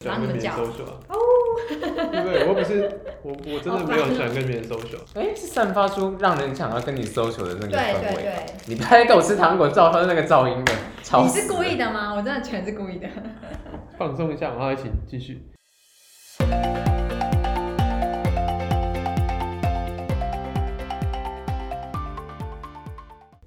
喜欢跟别人 social 啊，哦，对不对？我又不是我，我真的没有很喜欢跟别人 social。哎，是散发出让人想要跟你 social 的那对个氛对围。对，你不要再给我吃糖果照，它那个噪音的，吵你死是故了意的吗？我真的全是故意的。放松一下，然后一起继续。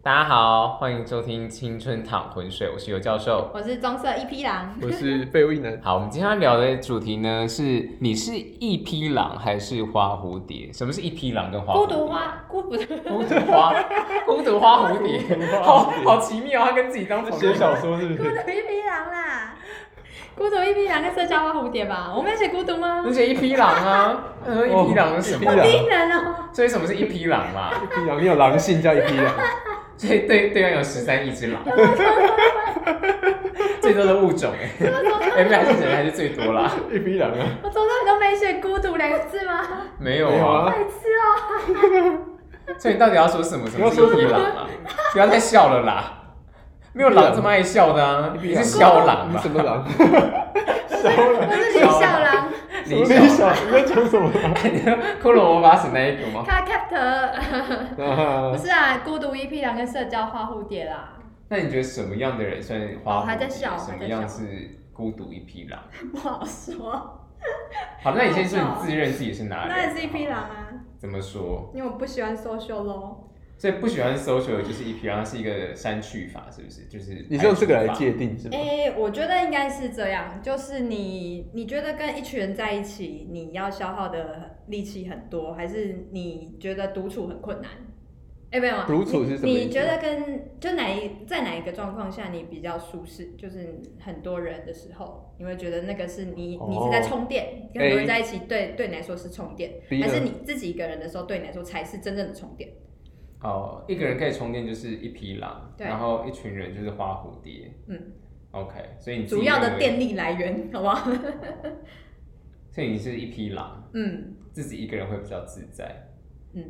大家好，欢迎收听《青春淌浑水》，我是尤教授。 我是棕色一匹狼，我是废物一男，好，我们今天要聊的主题呢是：你是一匹狼还是花蝴蝶？什么是一匹狼跟花孤蝴蝶？独花，孤不是孤独花，孤独花蝴蝶， 好好奇妙，它跟自己当朋写友。小说是不孤 是？独一匹狼啦，孤独一匹狼跟社交花蝴蝶吧？我没有写孤独吗？而且一匹狼啊，他说一匹狼是什么一匹？ 狼低能哦，所以什么是一匹狼嘛？一匹狼，你有狼性叫一匹狼， 所以对对岸有十三亿只啊狼， 最多的物种哎、啊欸，哎、没还是人还是最多啦，一匹狼啊！我从头你都没写孤独两个字吗？没有没有啊啊。白痴 哦，所以你到底要说什么？什你么要是一说匹狼啊？不要再笑了啦，没有狼这么爱笑的啊，你是肖狼你吧什？么狼？我是李小 狼，你什么啊小小， 你在讲什么狼？ 骷髅魔法使那一个吗？卡 captor，不 啊是啊，孤独一匹狼跟社交花蝴蝶啦，那你觉得什么样的人算是花哦还蝴蝶？在笑什还么在样笑是孤独一匹狼？ 不好说。好，那你先说你自认自己是哪里？那也是一匹狼啊，怎么说？因为我不喜欢 social 咯。所以不喜欢 social 的就是一匹狼，它是一个删去法，是不是？就是 你是用这个来排除法界定是吗？诶、我觉得应该是这样，就是你你觉得跟一群人在一起，你要消耗的力气很多，还是你觉得独处很困难？哎、没有啊，独处是什么意你思你觉得跟就哪一在哪一个状况下你比较舒适？就是很多人的时候，你会觉得那个是你哦你是在充电，跟很多 A 人在一起，对对你来说是充电， B 呢还是你自己一个人的时候对你来说才是真正的充电？哦，一个人可以充电就是一匹狼，对然后一群人就是花蝴蝶。嗯，OK，所以你自己主要认的为，电力来源，好不好？所以你是一匹狼，嗯自己一个人会比较自在。嗯，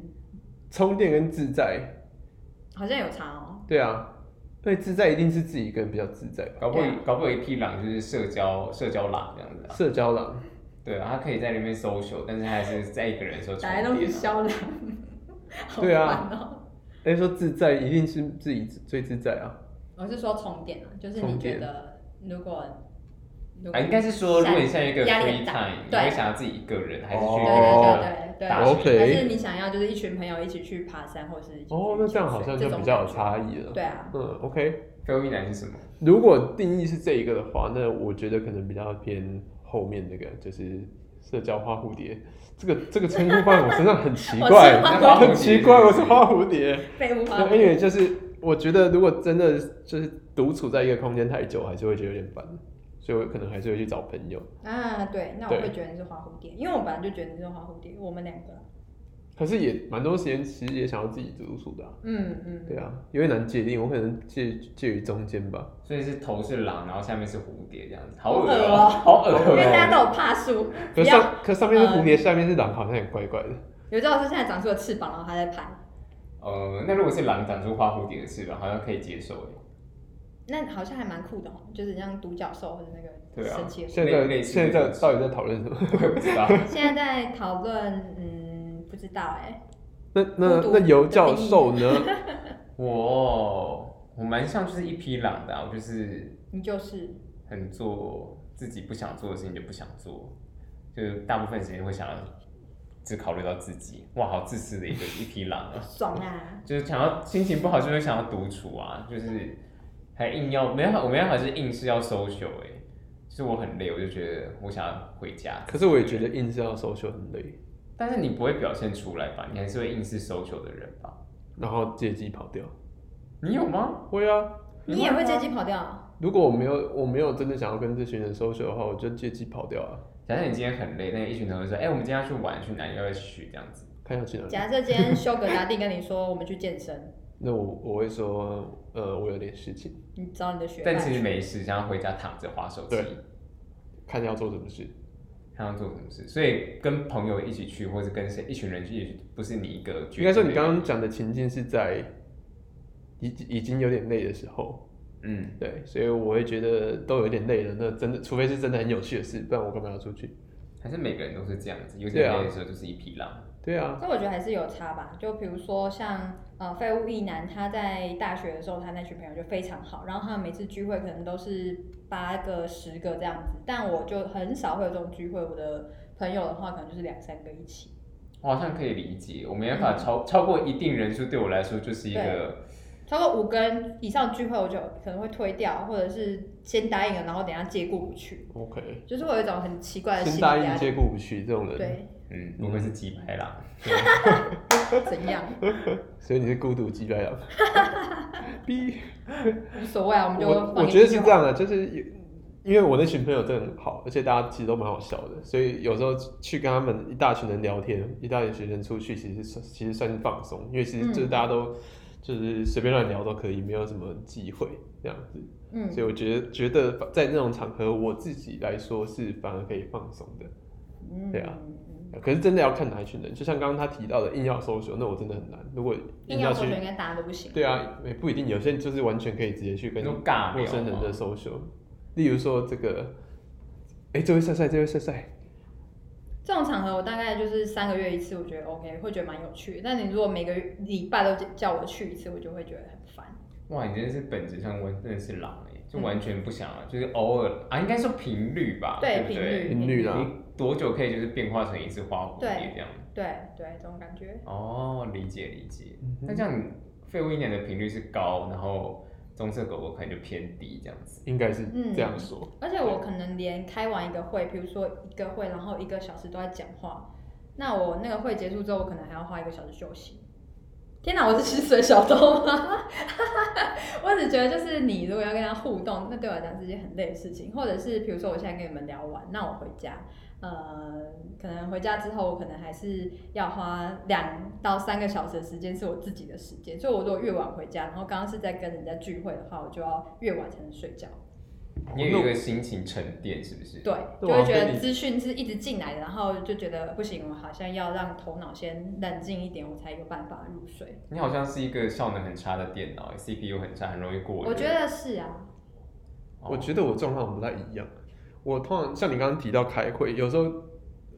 充电跟自在，好像有差哦。对啊，对，自在一定是自己一个人比较自在吧？搞不好对啊搞不好一匹狼就是社交社交狼这样子啊。社交狼，对啊，他可以在里面 social，但是他还是在一个人的时候充来都是电啊。肖郎， 好对啊烦哦。哎，说自在一定是自己最自在啊。我是说重点啊，就是你充觉电得如果如果啊，应该是说，如果你像一个压力 free 很大 time，你对会想要自己一个人，还是去哦对跟对人家对对打对，球 OK 还是你想要就是一群朋友一起去爬山，或者是一起去哦，那这样好像就比较有差异了。对啊，嗯，OK。非物男是什么？如果定义是这一个的话，那我觉得可能比较偏后面那个，就是社交花蝴蝶。这个这个称呼放在我身上很奇我是怪，花蝴 蝶很奇怪，我是花蝴蝶。废物那花。因为就是我觉得，如果真的就是独处在一个空间太久，还是会觉得有点烦，所以我可能还是会去找朋友。啊，对，那我对会觉得你是花蝴蝶，因为我本来就觉得你是花蝴蝶，我们两个，可是也蛮多时间，其实也想要自己独处的、啊。嗯嗯，对啊，有点难界定，我可能介介于中间吧。所以是头是狼，然后下面是蝴蝶这样子，好好恶恶哦、哦好恶因为大家哦、都有怕树， 可不是要。上可是上面是蝴蝶，下面是狼，好像也怪怪的。嗯有些老师现在长出了翅膀，然后还在拍，呃，那如果是狼长出花蝴蝶的翅膀，好像可以接 受哎。那好像还蛮酷的哦，就是像独角兽或者那对个啊神奇的现类类在似现在的到底在讨论什么？ 我也不知道。现在在讨论，嗯，不知道哎、那那孤那独尤教授呢？我我蛮像就是一匹狼的、啊，我就是你就是很做自己不想做的事情就不想做，就是大部分时间会想要只考虑到自己。哇，好自私的一个一匹狼啊！爽啊！就是想要心情不好就会想要独处啊，就是还硬要没办法，我没办法就是硬是要 social 哎、就是我很累，我就觉得我想要回家。可是我也觉得硬是要 social 很累，但是你不会表现出来吧？你还是会硬是 social 的人吧？然后借机跑掉。你有吗？会啊，你也会吗借机跑掉？如果我没有我没有真的想要跟这群人 social 的话，我就借机跑掉啊，假设你今天很累，那一群同学说：“哎、我们今天要去玩，去哪里？要不要去？”这样子，看要去嗯哪里。假设今天修格达蒂跟你说我们去健身，那我我会说，呃，我有点事情，你找你的学 但伴其实去，没事，想要回家躺着划手机对，看要做什么事。看要做什么事。所以跟朋友一起去，或者跟谁一群人去，不是你一个决定的。应该说你刚刚讲的情境是在已已经有点累的时候，嗯，对，所以我会觉得都有点累了。那真的，除非是真的很有趣的事，不然我干嘛要出去？还是每个人都是这样子，有对点啊累的时候就是一匹狼。对啊，所以我觉得还是有差吧。就比如说像呃废物一男，他在大学的时候，他那群朋友就非常好，然后他们每次聚会可能都是八个、十个这样子，但我就很少会有这种聚会。我的朋友的话，可能就是两三个一起。我好像可以理解，我没办嗯法超、超过一定人数，对我来说就是一个超过五个人以上聚会，我就可能会推掉，或者是先答应了，然后等一下借故不去， OK，就是我有一种很奇怪的心先理答压应力。结果不去这种人，对，嗯，不会是鸡排狼。嗯怎样所以你是孤独击 败了。逼，无所谓啊，我们就我放我进觉去得是就这样的，啊就是有因为我那群朋友真的很好，而且大家其实都蛮好笑的，所以有时候去跟他们一大群人聊天，一大群学生出去，其实算其实算是放松，因为其实就是嗯大家都就是随便乱聊都可以，没有什么忌讳这样子。嗯，所以我觉得觉得在那种场合，我自己来说是反而可以放松的。嗯对啊可是真的要看哪一群人，就像刚刚他提到的，硬要搜索，那我真的很难。如果硬硬要要搜去寻，应该大家都不行。对啊，也不一定，有些人就是完全可以直接去跟那种啊尬聊陌生人吗的 social，例如说这个，哎、这位帅帅，这位帅帅，这种场合我大概就是三个月一次，我觉得 OK，会觉得蛮有趣的。但你如果每个礼拜都叫我去一次，我就会觉得很烦。哇，你真的是本质上完真的是狼哎、嗯就完全不想啊，就是偶尔啊，应该说频率吧，对频对不率对？啊频率啊啦，你多久可以就是变化成一只花蝴蝶这样？对对，这种感觉。哦，理解理解。嗯那哼这样你废物一年的频率是高，然后棕色狗狗可能就偏低这样子。应该是嗯这样说。而且我可能连开完一个会，比如说一个会，然后一个小时都在讲话，那我那个会结束之后，我可能还要花一个小时休息。天哪，我是薪水小偷吗？ 我只觉得就是你如果要跟他互动，那对我来讲是件很累的事情。或者是比如说我现在跟你们聊完，那我回家，呃，可能回家之后我可能还是要花两到三个小时的时间是我自己的时间，所以我如果越晚回家，然后刚刚是在跟人家聚会的话，我就要越晚才能睡觉。你哦有一个心情沉淀是不是？对，那就我要会觉跟得你资讯是一直进来的，然后就觉得不行，我好像要让头脑先冷静一点，我才有办法入睡。你好像是一个效能很差的电脑，CPU 很差，很容易过热。我觉得是啊，哦，我觉得我状况不太一样。我通常像你刚刚提到开会，有时候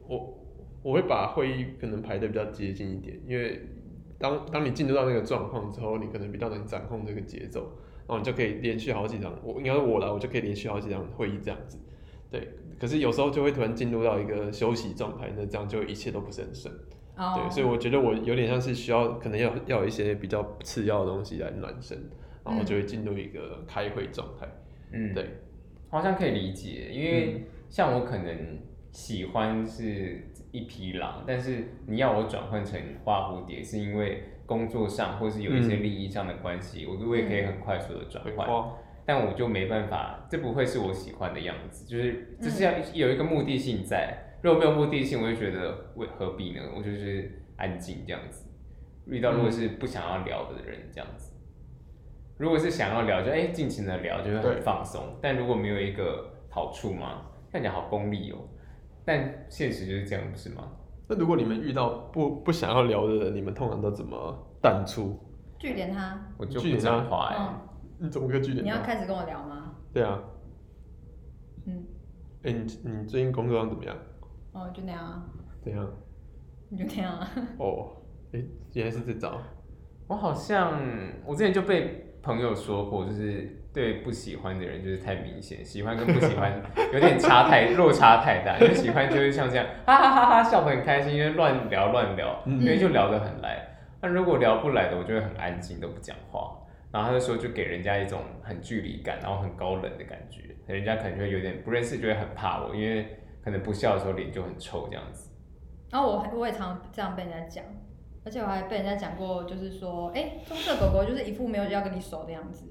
我我会把会议可能排的比较接近一点，因为当当你进入到那个状况之后，你可能比较能掌控这个节奏，然后你就可以连续好几场。我应该是我来，我就可以连续好几场会议这样子。对，可是有时候就会突然进入到一个休息状态，那这样就一切都不是很顺。哦，对，所以我觉得我有点像是需要，可能要要有一些比较次要的东西来暖身，然后就会进入一个开会状态。嗯，对，好像可以理解，因为像我可能喜欢是一匹狼，但是你要我转换成花蝴蝶，是因为工作上或是有一些利益上的关系，我我也可以很快速的转很换，花但我就没办法，这不会是我喜欢的样子，就是这是要有一个目的性在，如果没有目的性，我就觉得为何必呢？我就是安静这样子，遇到如果是不想要聊的人这样子，如果是想要聊就哎尽情的聊，就会对很放松，但如果没有一个好处嘛，看起来好功利哦，但现实就是这样，不是吗？那如果你们遇到不不想要聊的人，你们通常都怎么淡出？据点他，我就具不体呢讲话哎、嗯，你怎么个据点你要呢？开始跟我聊吗？对啊，嗯，哎、你你最近工作上怎么样？哦，就那样啊，怎样？ 你就那样啊，哦，哎、原来是这招。我好像我之前就被朋友说过，就是对不喜欢的人就是太明显，喜欢跟不喜欢 有点差太落差太大，因为喜欢就是像这样 哈哈哈哈笑得很开心，因为乱聊乱聊，嗯因为就聊得很来。那如果聊不来的，我就会很安静都不讲话。然后他就说，就给人家一种很距离感，然后很高冷的感觉，人家可能就会有点不认识，就会很怕我，因为可能不笑的时候脸就很臭这样 子。然后我还我也常这样被人家讲，而且我还被人家讲过，就是说，哎、棕色狗狗就是一副没有要跟你熟的样子，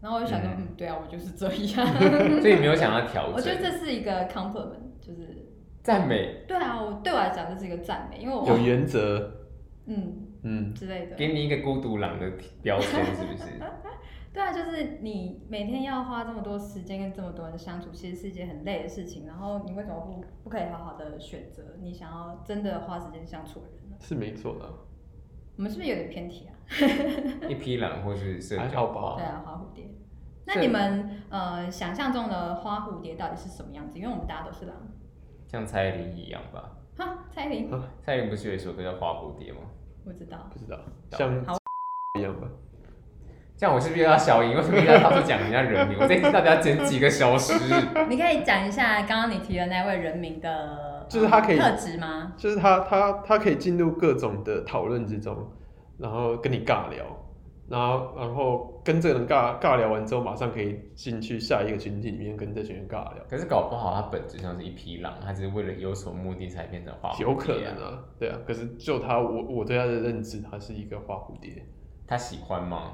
然后我就想说，嗯嗯，对啊，我就是这 样，所以没有想要调我觉得整，这是一个 compliment，就是赞美对啊，我对我来讲这是一个赞美，因为我有原则，嗯嗯，之类的。给你一个孤独狼的标签是不是？ 对啊，就是你每天要花这么多时间跟这么多人相处，其实是一件很累的事情。然后你为什么不不可以好好的选择你想要真的花时间相处的人呢？是没错的啊。我们是不是有点偏题啊？一匹狼或是社还交好吧对啊，花蝴蝶。那你们呃想象中的花蝴蝶到底是什么样子？因为我们大家都是狼。像蔡依林一样吧？哈，蔡依林，蔡依林不是有一首歌叫《花蝴蝶》吗？我知道。不知道，好像一样吧？这样我是不是又要消音？为什么又要到处讲人家人 名？我这一集到底要剪几个小时？你可以讲一下刚刚你提的那位人名的，呃就是他可以特质吗？就是他他他可以进入各种的讨论之中，然后跟你尬聊，然后然后跟这个人尬尬聊完之后，马上可以进去下一个群体里面跟这群人尬聊，可是搞不好它本质上是一匹狼，它只是为了有所目的才变成花蝴蝶、有可能。啊，对啊。可是就他我我对他的认知，他是一个花蝴蝶，他喜欢吗？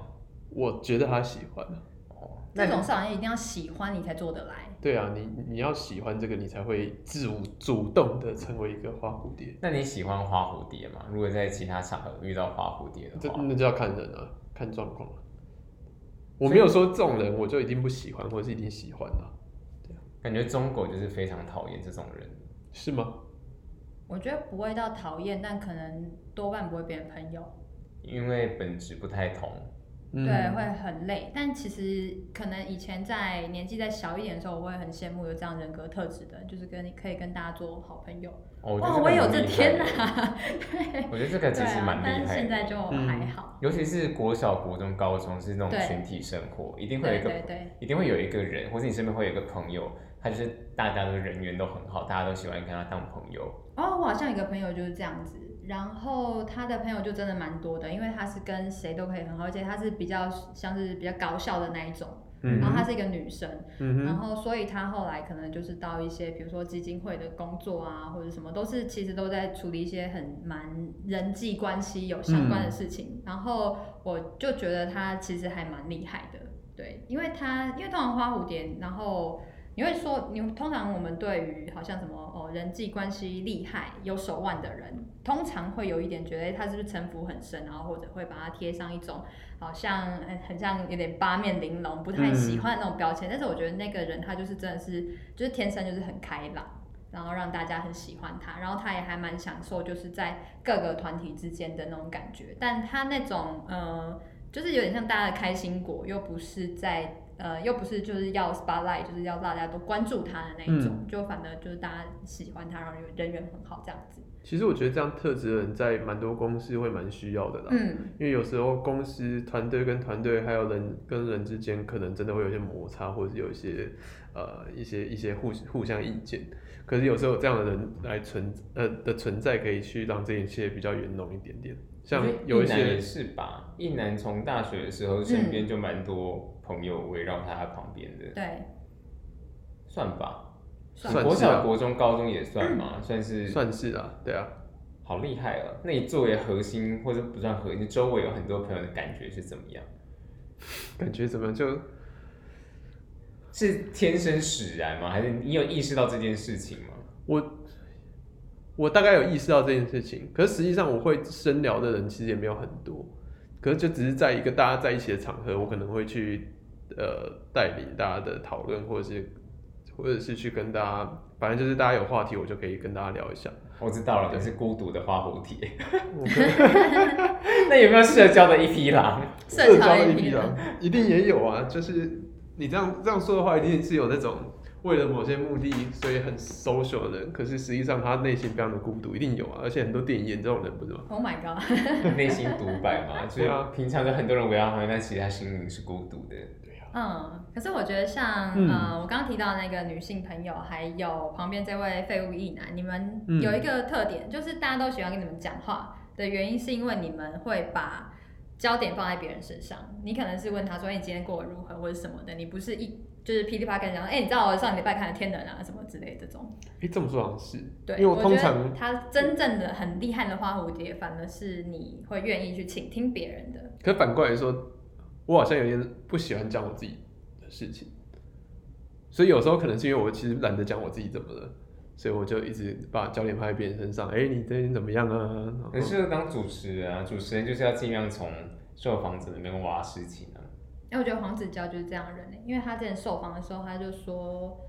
我觉得他喜欢。啊哦，那这你种事好像一定要喜欢你才做得来。对啊，你你要喜欢这个，你才会自主主动的成为一个花蝴蝶。那你喜欢花蝴蝶吗？如果在其他场合遇到花蝴蝶这的话，那就要看人啊，看状况啊。我没有说这种人我就一定不喜欢，或是一定喜欢啊，感觉中狗就是非常讨厌这种人。是吗？我觉得不会到讨厌，但可能多半不会变朋友，因为本质不太同，嗯、对，会很累。但其实可能以前在年纪再小一点的时候，我会很羡慕有这样人格特质的，就是跟你可以跟大家做好朋友。哦，哇，我我觉得有个这很厉害天 的哪！我觉得这个其对实啊蛮，但厉是害现的，嗯在就还好。尤其是国小、国中、高中是那种对群体生活，一定会有对一个对对，一定会有一个人，或是你身边会有一个朋友，他就是大家的人缘都很好，大家都喜欢跟他当朋友。哦，我好像有一个朋友就是这样子，然后他的朋友就真的蛮多的，因为他是跟谁都可以很好，而且他是比较像是比较搞笑的那一种，嗯然哼，后她是一个女生，嗯然哼，后所以她后来可能就是到一些比如说基金会的工作啊，或者什么，都是其实都在处理一些很蛮人际关系有相嗯关的事情。然后我就觉得她其实还蛮厉害的，对，因为她因为通常花蝴蝶，然后。你会说，你通常我们对于好像什么哦人际关系厉害、有手腕的人，通常会有一点觉得诶他是不是城府很深，然后或者会把他贴上一种好像很很像有点八面玲珑、不太喜欢那种标签。但是我觉得那个人他就是真的是就是天生就是很开朗，然后让大家很喜欢他，然后他也还蛮享受就是在各个团体之间的那种感觉。但他那种呃，就是有点像大家的开心果，又不是在。呃，又不是就是要 spotlight，就是要大家都关注他的那一种，就反而就是大家喜欢他，然后人缘很好这样子。其实我觉得这样特质的人在蛮多公司会蛮需要的啦，嗯，因为有时候公司团队跟团队还有人跟人之间，可能真的会有一些摩擦，或者有一些呃一些一些互互相意见。可是有时候有这样的人来存呃的存在，可以去让这一切比较圆融一点点。像我觉得有一一男也些是吧，一男从大学的时候身边就蛮多朋友围绕他旁边的，对，算吧。算是国啊嗯小、国中、高中也算嘛，算是算是啊，对啊，好厉害哦。那你作为核心或者不算核心，你周围有很多朋友的感觉是怎么样？感觉怎么样就。是天生使然吗？还是你有意识到这件事情吗？我我大概有意识到这件事情，可是实际上我会深聊的人其实也没有很多，可是就只是在一个大家在一起的场合，我可能会去呃带领大家的讨论，或者是或者是去跟大家，反正就是大家有话题，我就可以跟大家聊一下。我知道了，对你是孤独的花蝴蝶。我可以 那有没有社交的一匹狼？社交的一一批批人人，一定也有啊，就是你这样这样说的话，一定是有那种。为了某些目的，所以很 social 的人，可是实际上他内心非常的孤独，一定有啊。而且很多电影演这种人，不是吗？ Oh my god！内心独白嘛，就是对啊平常有很多人围绕他，但其实他心灵是孤独的。嗯，可是我觉得像、嗯呃，我刚刚提到那个女性朋友，还有旁边这位废物一男，你们嗯有一个特点，就是大家都喜欢跟你们讲话的原因，是因为你们会把焦点放在别人身上。你可能是问他说：“哎、你今天过得如何？”或者什么的，你不是一就是噼里啪啦跟人讲：“哎、你知道我上礼拜看了《天能》啊，什么之类的这种。诶，这么说好像是，对，因为我通觉常得他真正的很厉害的花蝴蝶，反而是你会愿意去倾听别人的。可反过来说，我好像有点不喜欢讲我自己的事情，所以有时候可能是因为我其实懒得讲我自己怎么了，所以我就一直把焦点放在别人身上。哎、你最近怎么样啊？很然后适合当主持人啊，主持人就是要尽量从受访者那边挖事情啊。哎，我觉得黄子佼就是这样的人欸，因为他之前受访的时候，他就说，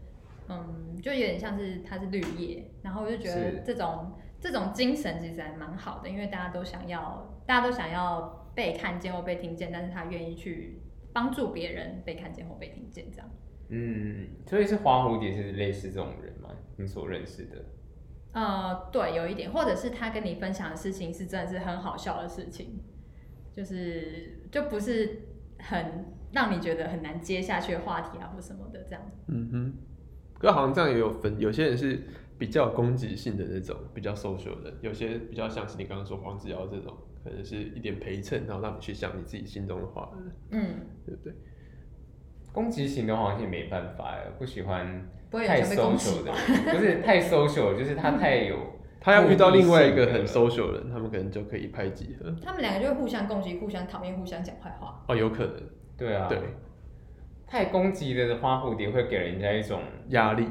嗯，就有点像是他是绿叶，然后我就觉得是这种这种精神其实还蛮好的，因为大家都想要，大家都想要被看见或被听见，但是他愿意去帮助别人被看见或被听见这样。嗯，所以是花蝴蝶是类似这种人吗？你所认识的？呃，对，有一点，或者是他跟你分享的事情是真的是很好笑的事情，就是就不是很让你觉得很难接下去的话题啊或什么的这样。嗯哼，可好像这样也有分，有些人是比较有攻击性的那种，比较 social 的，有些比较像是你刚刚说黄子尧这种，可能是一点陪衬，然后让你去想你自己心中的话，嗯，对不对？攻击型的话好像也没办法哎，不喜欢不会有太人被攻击 social 的 人，不是太 social，就是他太有，嗯他要遇到另外一个目很的性 social 的人，他们可能就可以一拍即合。他们两个就会互相攻击、互相讨厌、互相讲坏话。哦，有可能，对啊，对，太攻击的花蝴蝶会给人家一种，压力，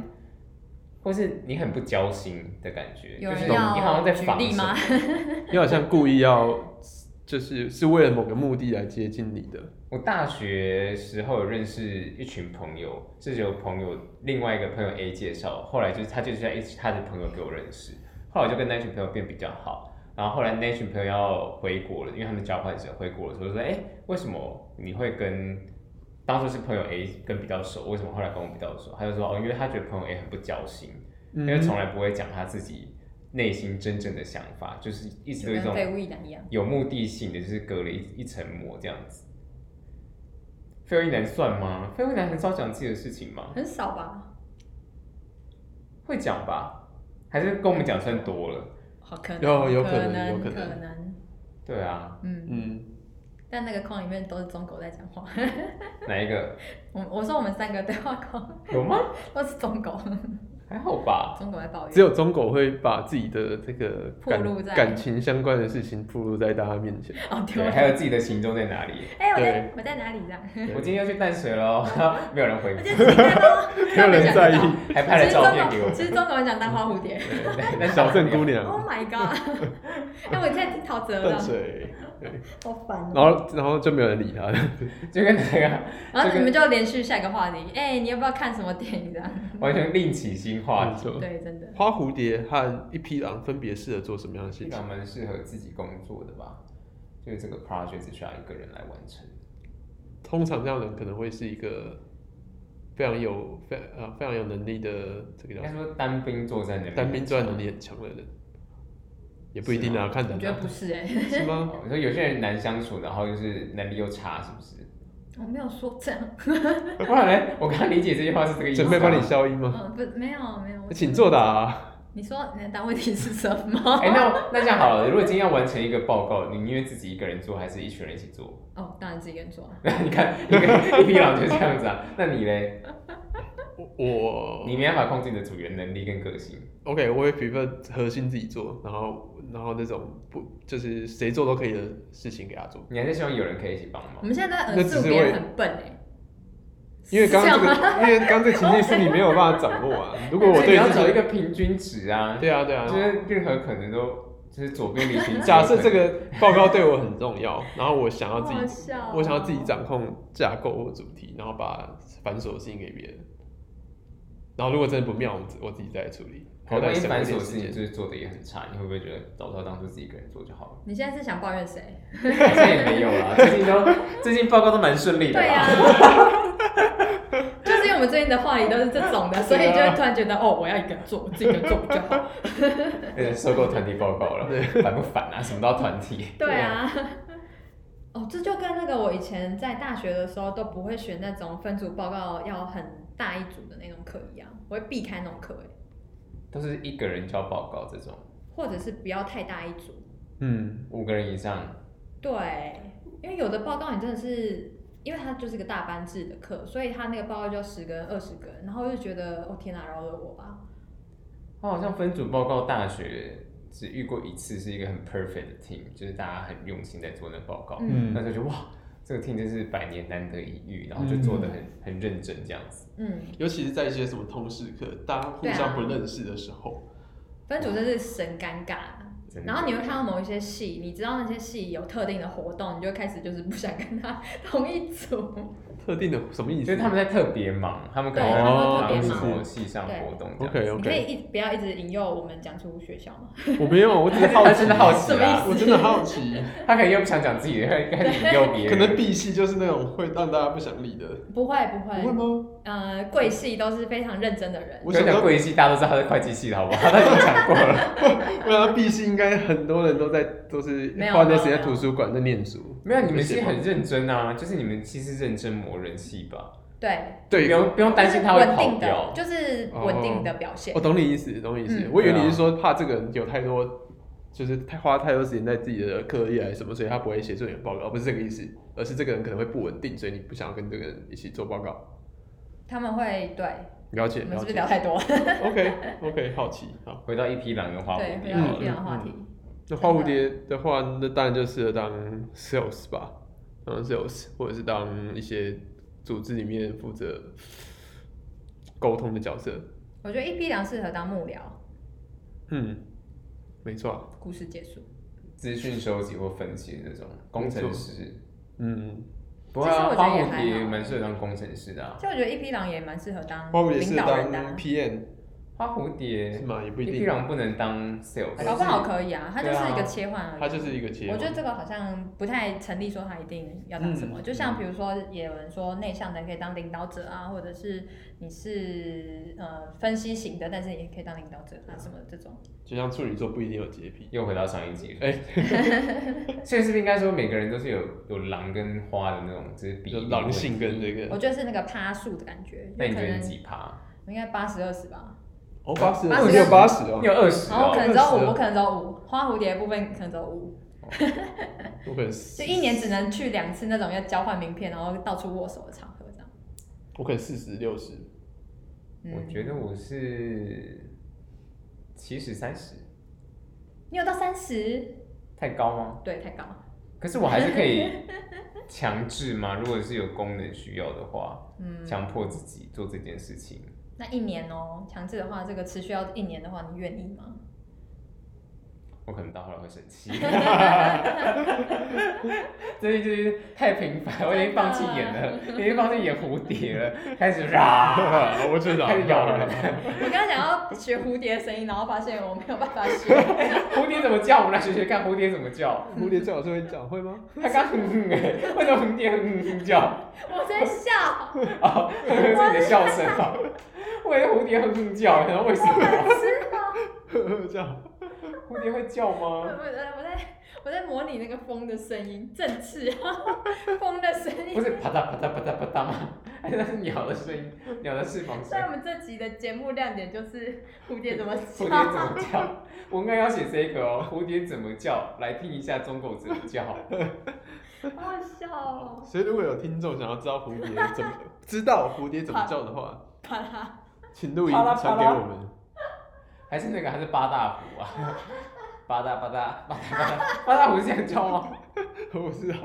或是你很不交心的感觉，有就是人你要好像在举防例什吗么？？ 你好像故意要，就是是为了某个目的来接近你的。我大学时候有认识一群朋友，是有朋友另外一个朋友 A 介绍，后来就是他就是在一起他的朋友给我认识，后来我就跟那群朋友变比较好，然后后来那群朋友要回国了，因为他们交换生回国的时候说，哎、为什么你会跟当初是朋友 A 跟比较熟，为什么后来跟我比较熟？他就说哦，因为他觉得朋友 A 很不交心，嗯因为从来不会讲他自己内心真正的想法，就是一直就都有一跟种废物一男一样。有目的性的，就是隔了一一层膜这样子。废物一男算吗？废物一男很少讲自己的事情吗？很少吧？会讲吧？还是跟我们讲算多了？好可能，有有可可能有可可能能，对啊，嗯。嗯，但那个框里面都是中狗在讲话。哪一个我我说我们三个对话框有吗？都是中狗，还好吧。 中狗在抱怨。只有中狗会把自己的这个暴露感在感情相关的事情暴露在大家面 前。哦丢对，人。还有自己的行踪在哪里？哎、我在对我在哪里这 样？我今天要去淡水喽， 没有人回我复，就自己看到，没有人在意还拍了照片给我其实中狗很想当花蝴蝶。对但 是小镇姑 Oh 娘 my god！哎、我现在听陶喆淡的，水，对，好烦哦、然后然后就没有人理他了。就跟那个然后这个你们就连续下一个话题，哎、你要不要看什么电影这样？完全另起新话没题，错对，真的。花蝴蝶和一匹狼分别适合做什么样的事这情个？蛮适合自己工作的吧？就是这个 project 只需要一个人来完成。通常这样的人可能会是一个非常有非呃非常有能力的这个应叫该什么说单兵作战能力，单兵作战能力很强的人，也不一定啊，看我人觉得啊，不是哎、是 吗？哦。你说有些人难相处，然后就是能力又差，是不是？ 我没有说这样，不然呢？我刚理解这句话是这个意思。啊准备帮你。消音吗？嗯，不，没有没有。我哦请作答、。啊。你说你的答问题是什么？ 哎、那那这样好了，如果今天要完成一个报告，你宁愿自己一个人做，还是一群人一起做？哦，当然自己跟做啊。你看，一个一匹狼就这样子 啊。那你嘞？我你没办法控制你的组员能力跟个性， OK，我也 prefer 核心自己做，然后然后那种不就是谁做都可以的事情给他做。你还是希望有人可以一起帮忙我。们现在都在那耳只是素别为人很笨哎、因为刚刚这是这样吗个，因为刚刚这个情境是你没有办法掌握啊。如果 我所以你对要自找一己，个平均值啊，对啊对啊就。是任何可能都就是左边离平。假设这个报告对我很重要，然后我 想要自好好己，笑哦我想要自己掌控架构或主题，然后把繁琐的事情给别人。然后如果真的不妙，我自我自己再来处理。可然后能再一省繁一琐点事时情间。就是做的也很差，你会不会觉得早知道当初自己一个人做就好了？你现在是想抱怨谁？好像也没有 啦，最近都最近报告都蛮顺利的啊对啊啦。呀、就是因为我们最近的话题都是这种的，所以就会突然觉得哦，我要一个人做，我自己一个人做比较好。对收购团体报告了，烦不烦啊？什么都要团体。对啊。 哦，这就跟那个我以前在大学的时候都不会选那种分组报告要很大一组的那种课一样，我会避开那种课欸，都是一个人交报告这种，或者是不要太大一组。嗯，五个人以上，对，因为有的报告你真的是，因为它就是个大班制的课，所以它那个报告就要十个人、二十个人，然后我就觉得，哦天哪，饶了我吧。我好像分组报告大学只遇过一次，是一个很 perfect 的 team，就是大家很用心在做那报告，嗯那时候就哇，这个 team 真是百年难得一遇，然后就做的很、很认真这样子。嗯，尤其是在一些什么通识课，大家互对啊相不认识的时候，分组真是神尴尬。真的然后你会看到某一些 戏，你知道那些戏有特定的活动，你就会开始就是不想跟他同一组。特定的什么意就思是他们在特别忙，他们可能对在他们会特忙别什忙么系上活动这样子。 ？OK 你可以 OK，一不要一直引诱我们讲出学校嘛？我没有，我只是好他奇，真的好奇什么意啊思，我真的好奇， 他可能又不想讲自己的，应该引诱别人。可能 B 系就是那种会让大家不想理的， 不会不不会会，吗？呃，贵系都是非常认真的人。我跟想你讲到，贵系，大家都知道他是会计系的，好 不好？他已经讲过了。我想到 B 系应该很多人都在都是没有花那时间没在有图书馆在念书，没有，你们系很认真啊，就是你们系是认真磨人系吧？对，不对，用不用担心他会稳跑定的，。掉就是稳定的表现我。哦懂你意思，懂你意思嗯。我以为你对啊是说怕这个人有太多，就是太花太多时间在自己的课业还是什么，所以他不会写作业报告，不是这个意思，而是这个人可能会不稳定，所以你不想要跟这个人一起做报告。嗯他们会对，了解，我们了是不解。是聊太多？ OK OK，好奇好。回到一匹狼跟花对，蝴回蝶到嗯好一了，样的话题。那花蝴蝶的话，那当然就适合当 sales 吧，当 sales 或者是当一些组织里面负责沟通的角色。我觉得一批良适合当幕僚。嗯，没错啊、故事结束。资讯收集或分析的那种工程师。嗯，不会啊，其实我花觉得也蝴还蝶好蛮适合当工程师哦的啊。就我觉得一匹狼也蛮适合当花蝴蝶领是导人的啊、当 PM 花蝴是蝶，吗？也不一一匹定。狼不能当 sales，搞不好可以啊，它就是一对个啊切换而已。它就是一个结我果觉得这哦个好像不太成立，说他一定要当什么。嗯就像比如说，也有人说内向的可以当领导者啊，或者是你是呃分析型的，但是也可以当领导者啊什么的这种。就像处女座不一定有洁癖，又回到上一集。 哎所以是不是应该说每个人都是有有狼跟花的那种，就是比就例狼性问跟题这个我觉得是那个趴数的感觉，那有你可觉得你能几趴？应该八十二十吧。哦八十，八十你有八十哦你，有二十然后可 哦，能只有那是五，我可能只有五，花蝴蝶的部分可能只有五，我可能就一年只能去两次那种要交换名片，然后到处握手的场合这样。我可能四十六十，我嗯，觉得我是七十三十，你有到三十，太高吗？对，太高。可是我还是可以 强制吗？如果是有功能需要的话，嗯，强迫自己做这件事情，那一年哦，强制的话，这个持续要一年的话，你愿意吗？我可能到后来会生 气。最近就是太频繁，我已经放弃演了，已经放弃演蝴蝶 了，开始啦，我知道开始咬人。 我刚刚想要学蝴蝶的声音，然后发现我没有办法学。蝴蝶怎么叫？我们来学学看蝴蝶怎么叫。蝴蝶最好是会讲会吗？ 它刚哼哼哎，为什么蝴蝶哼哼哼叫？我在笑，哦，是你的笑声啊！我以为蝴蝶会哼叫，然后为什 么？这样蝴蝶会叫我我吗？我在我在模拟那个风的声音，振翅， 风的声不音。是啪嗒啪嗒啪嗒啪嗒吗？哎，那是鸟的声音，鸟的翅膀所声以。我们这集的节目亮点就是蝴蝶怎么蝴蝶怎叫。么叫？我应该要写这个哦，蝴蝶怎么叫？来听一下中狗怎么叫。好好笑哦！所以如果有听众想要知道蝴蝶怎 么知道蝴蝶怎么叫的话，啪啦，请录音啪啦传啪啦给我们。还是那个，还是八大虎 啊？八大八大八大八大八大虎是这样叫吗？ 我知道，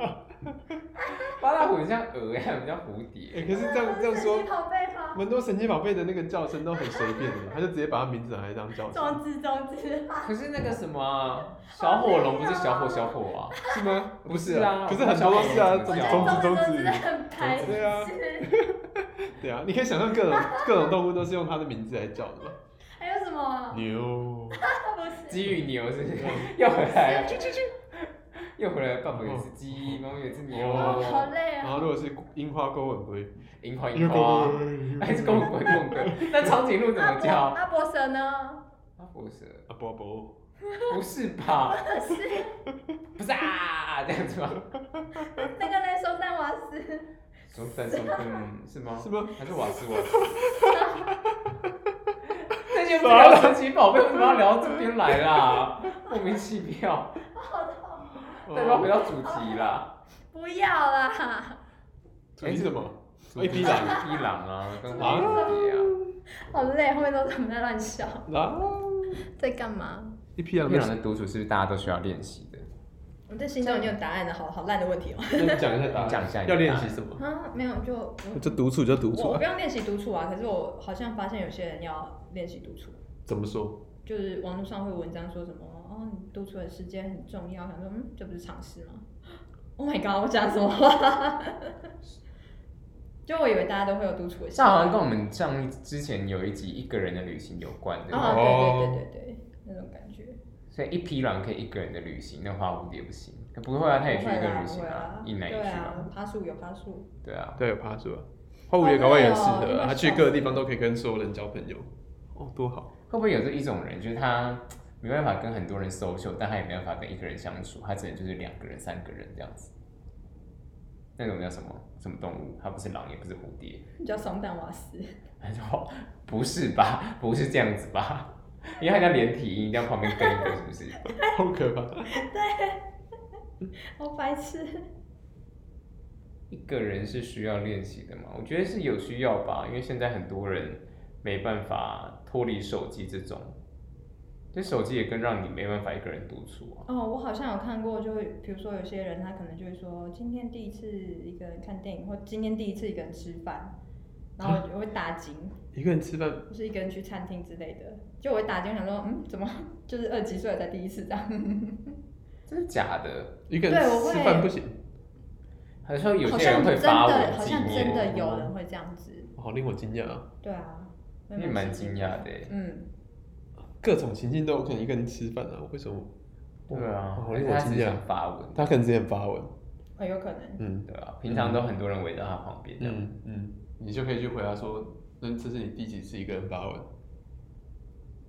八大虎很像鹅呀，很像蝴哎，蝶。可是这样这样神说，奇宝贝吗？蛮多神奇宝贝的那个叫声都很随便的，他就直接把他名字拿来当叫声，装置装置，哎可是那个什么啊小火龙不是小火小火 啊？是吗？不是不是啊可是很多都是啊，我我中觉得中指中装置装置真的指，很白痴。对啊对啊，你可以想象各种各种动物都是用它的名字来叫的嘛，还有什么啊？牛。不是。鸡与牛是不是又回来了？去去去！又回来了，爸爸有一只鸡，妈妈有一只牛，哦，好累然啊！后如果是樱花勾吻龟，樱花樱樱花哎花，还是公鬼公鬼。那长颈鹿怎阿么伯叫？啊阿伯蛇呢？阿婆蛇？啊不不，不是吧？是不是啊，这样子吗？那个嘞，松蛋瓦斯。 松蛋松蛋是吗是？吗？还是瓦斯瓦斯？那些不是聊神奇宝贝，为什么要聊到这边来啦？莫名其妙，再要回哦到主题啦。不要啦，主题是什么？主题一匹狼一匹狼啊，跟花蝴蝶啊。好累，后面都他们在乱笑，狼，在干嘛？一匹狼一匹狼的独处是不是大家都需要练习的？我在心中已经有答案了，好好烂的问题哦。那你讲一下答案，讲一下你的要练习什么？啊，没有，就我就独处就独我不，用练习独处啊，可是我好像发现有些人要练习独处。怎么说？就是网络上会有文章说什么哦，你独处的时间很重要，想说嗯，这不是常识吗？Oh my god，我讲什么话？ 就我以为大家都会有独处的习这好像惯。跟我们上之前有一集一个人的旅行有关的，啊，对对对对哦对，那种感觉。所以一匹狼可以一个人的旅行，那花蝴蝶不行。不会啊，他也去不会一个啦旅不行会啦，一男一对去啊嘛，，爬树有爬树， 对啊，对，有爬树啊，花蝴蝶搞不好也很适对合哦啊，他去各个地方都可以跟所有人交朋友，哦，多好。会不会有这一种人，就是他没办法跟很多人 social，但他也没办法跟一个人相处，他只能就是两个人、三个人这样子。那种叫什么什么动物？它不是狼，也不是蝴蝶，叫松蛋瓦斯。他说 不是吧？不是这样子吧？因为他叫连体婴，在旁边跟一个，是不是？好可怕！好白痴。一个人是需要练习的嘛？我觉得是有需要吧，因为现在很多人没办法脱离手机这种，这手机也更让你没办法一个人独处啊。哦，我好像有看过，就会比如说有些人他可能就会说，今天第一次一个人看电影，或今天第一次一个人吃饭，然后我就会打惊， 一个人吃饭，就是一个人去餐厅之类的，就我会打惊，想说，嗯，怎么就是二十几岁才第一次这样？真的假的？一个人对我吃会饭不行。还是说有好些人像会真发的，好文纪像真念，的有人会这样子，哦好令我惊讶啊！对啊，我也你也蛮惊讶的耶。嗯，各种情境都有可能一个人吃饭啊，为什么？对啊哦，好而令且我他惊只讶想。发文，他可能之前发文，哦，有可能，嗯对啊，平常都很多人围在他旁边这样。嗯嗯，你就可以去回答说，那这是你第几次一个人发文？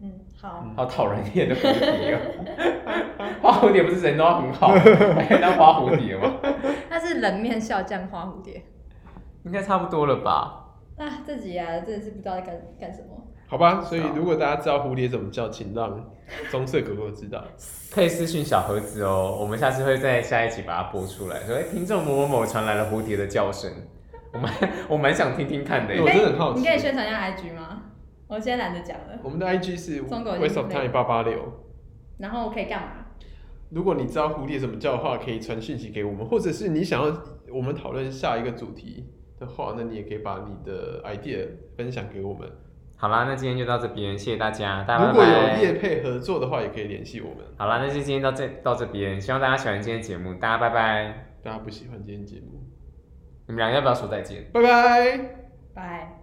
嗯，好，嗯好讨人厌的蝴蝶哦！ 花蝴蝶不是人都很好， 还可以当花蝴蝶吗？那是冷面笑匠花蝴蝶应该差不多了吧？啊，自己啊，真的是不知道在干干什么，好吧，所以如果大家知道蝴蝶怎么叫，请让棕色狗狗知道。可以私讯小盒子哦，我们下次会在下一集把它播出来。说，哎、听众某某某传来了蝴蝶的叫声，我蛮我蛮想听听看的对耶。我真的很好奇你可以宣传一下 IG 吗？我现在懒得讲了，我们的 IG 是中狗已经 waste of 累 time 八八六。然后可以干嘛？如果你知道蝴蝶怎么叫的话，可以传讯息给我们，或者是你想要我们讨论下一个主题的话，那你也可以把你的 idea 分享给我们。好啦，那今天就到这边，谢谢大家，大家如果拜有业拜。配合作的话，也可以联系我们。好啦，那就今天到这到这边，希望大家喜欢今天的节目，大家拜拜。大家不喜欢今天节目，你们两个要不要说再见？拜拜。拜。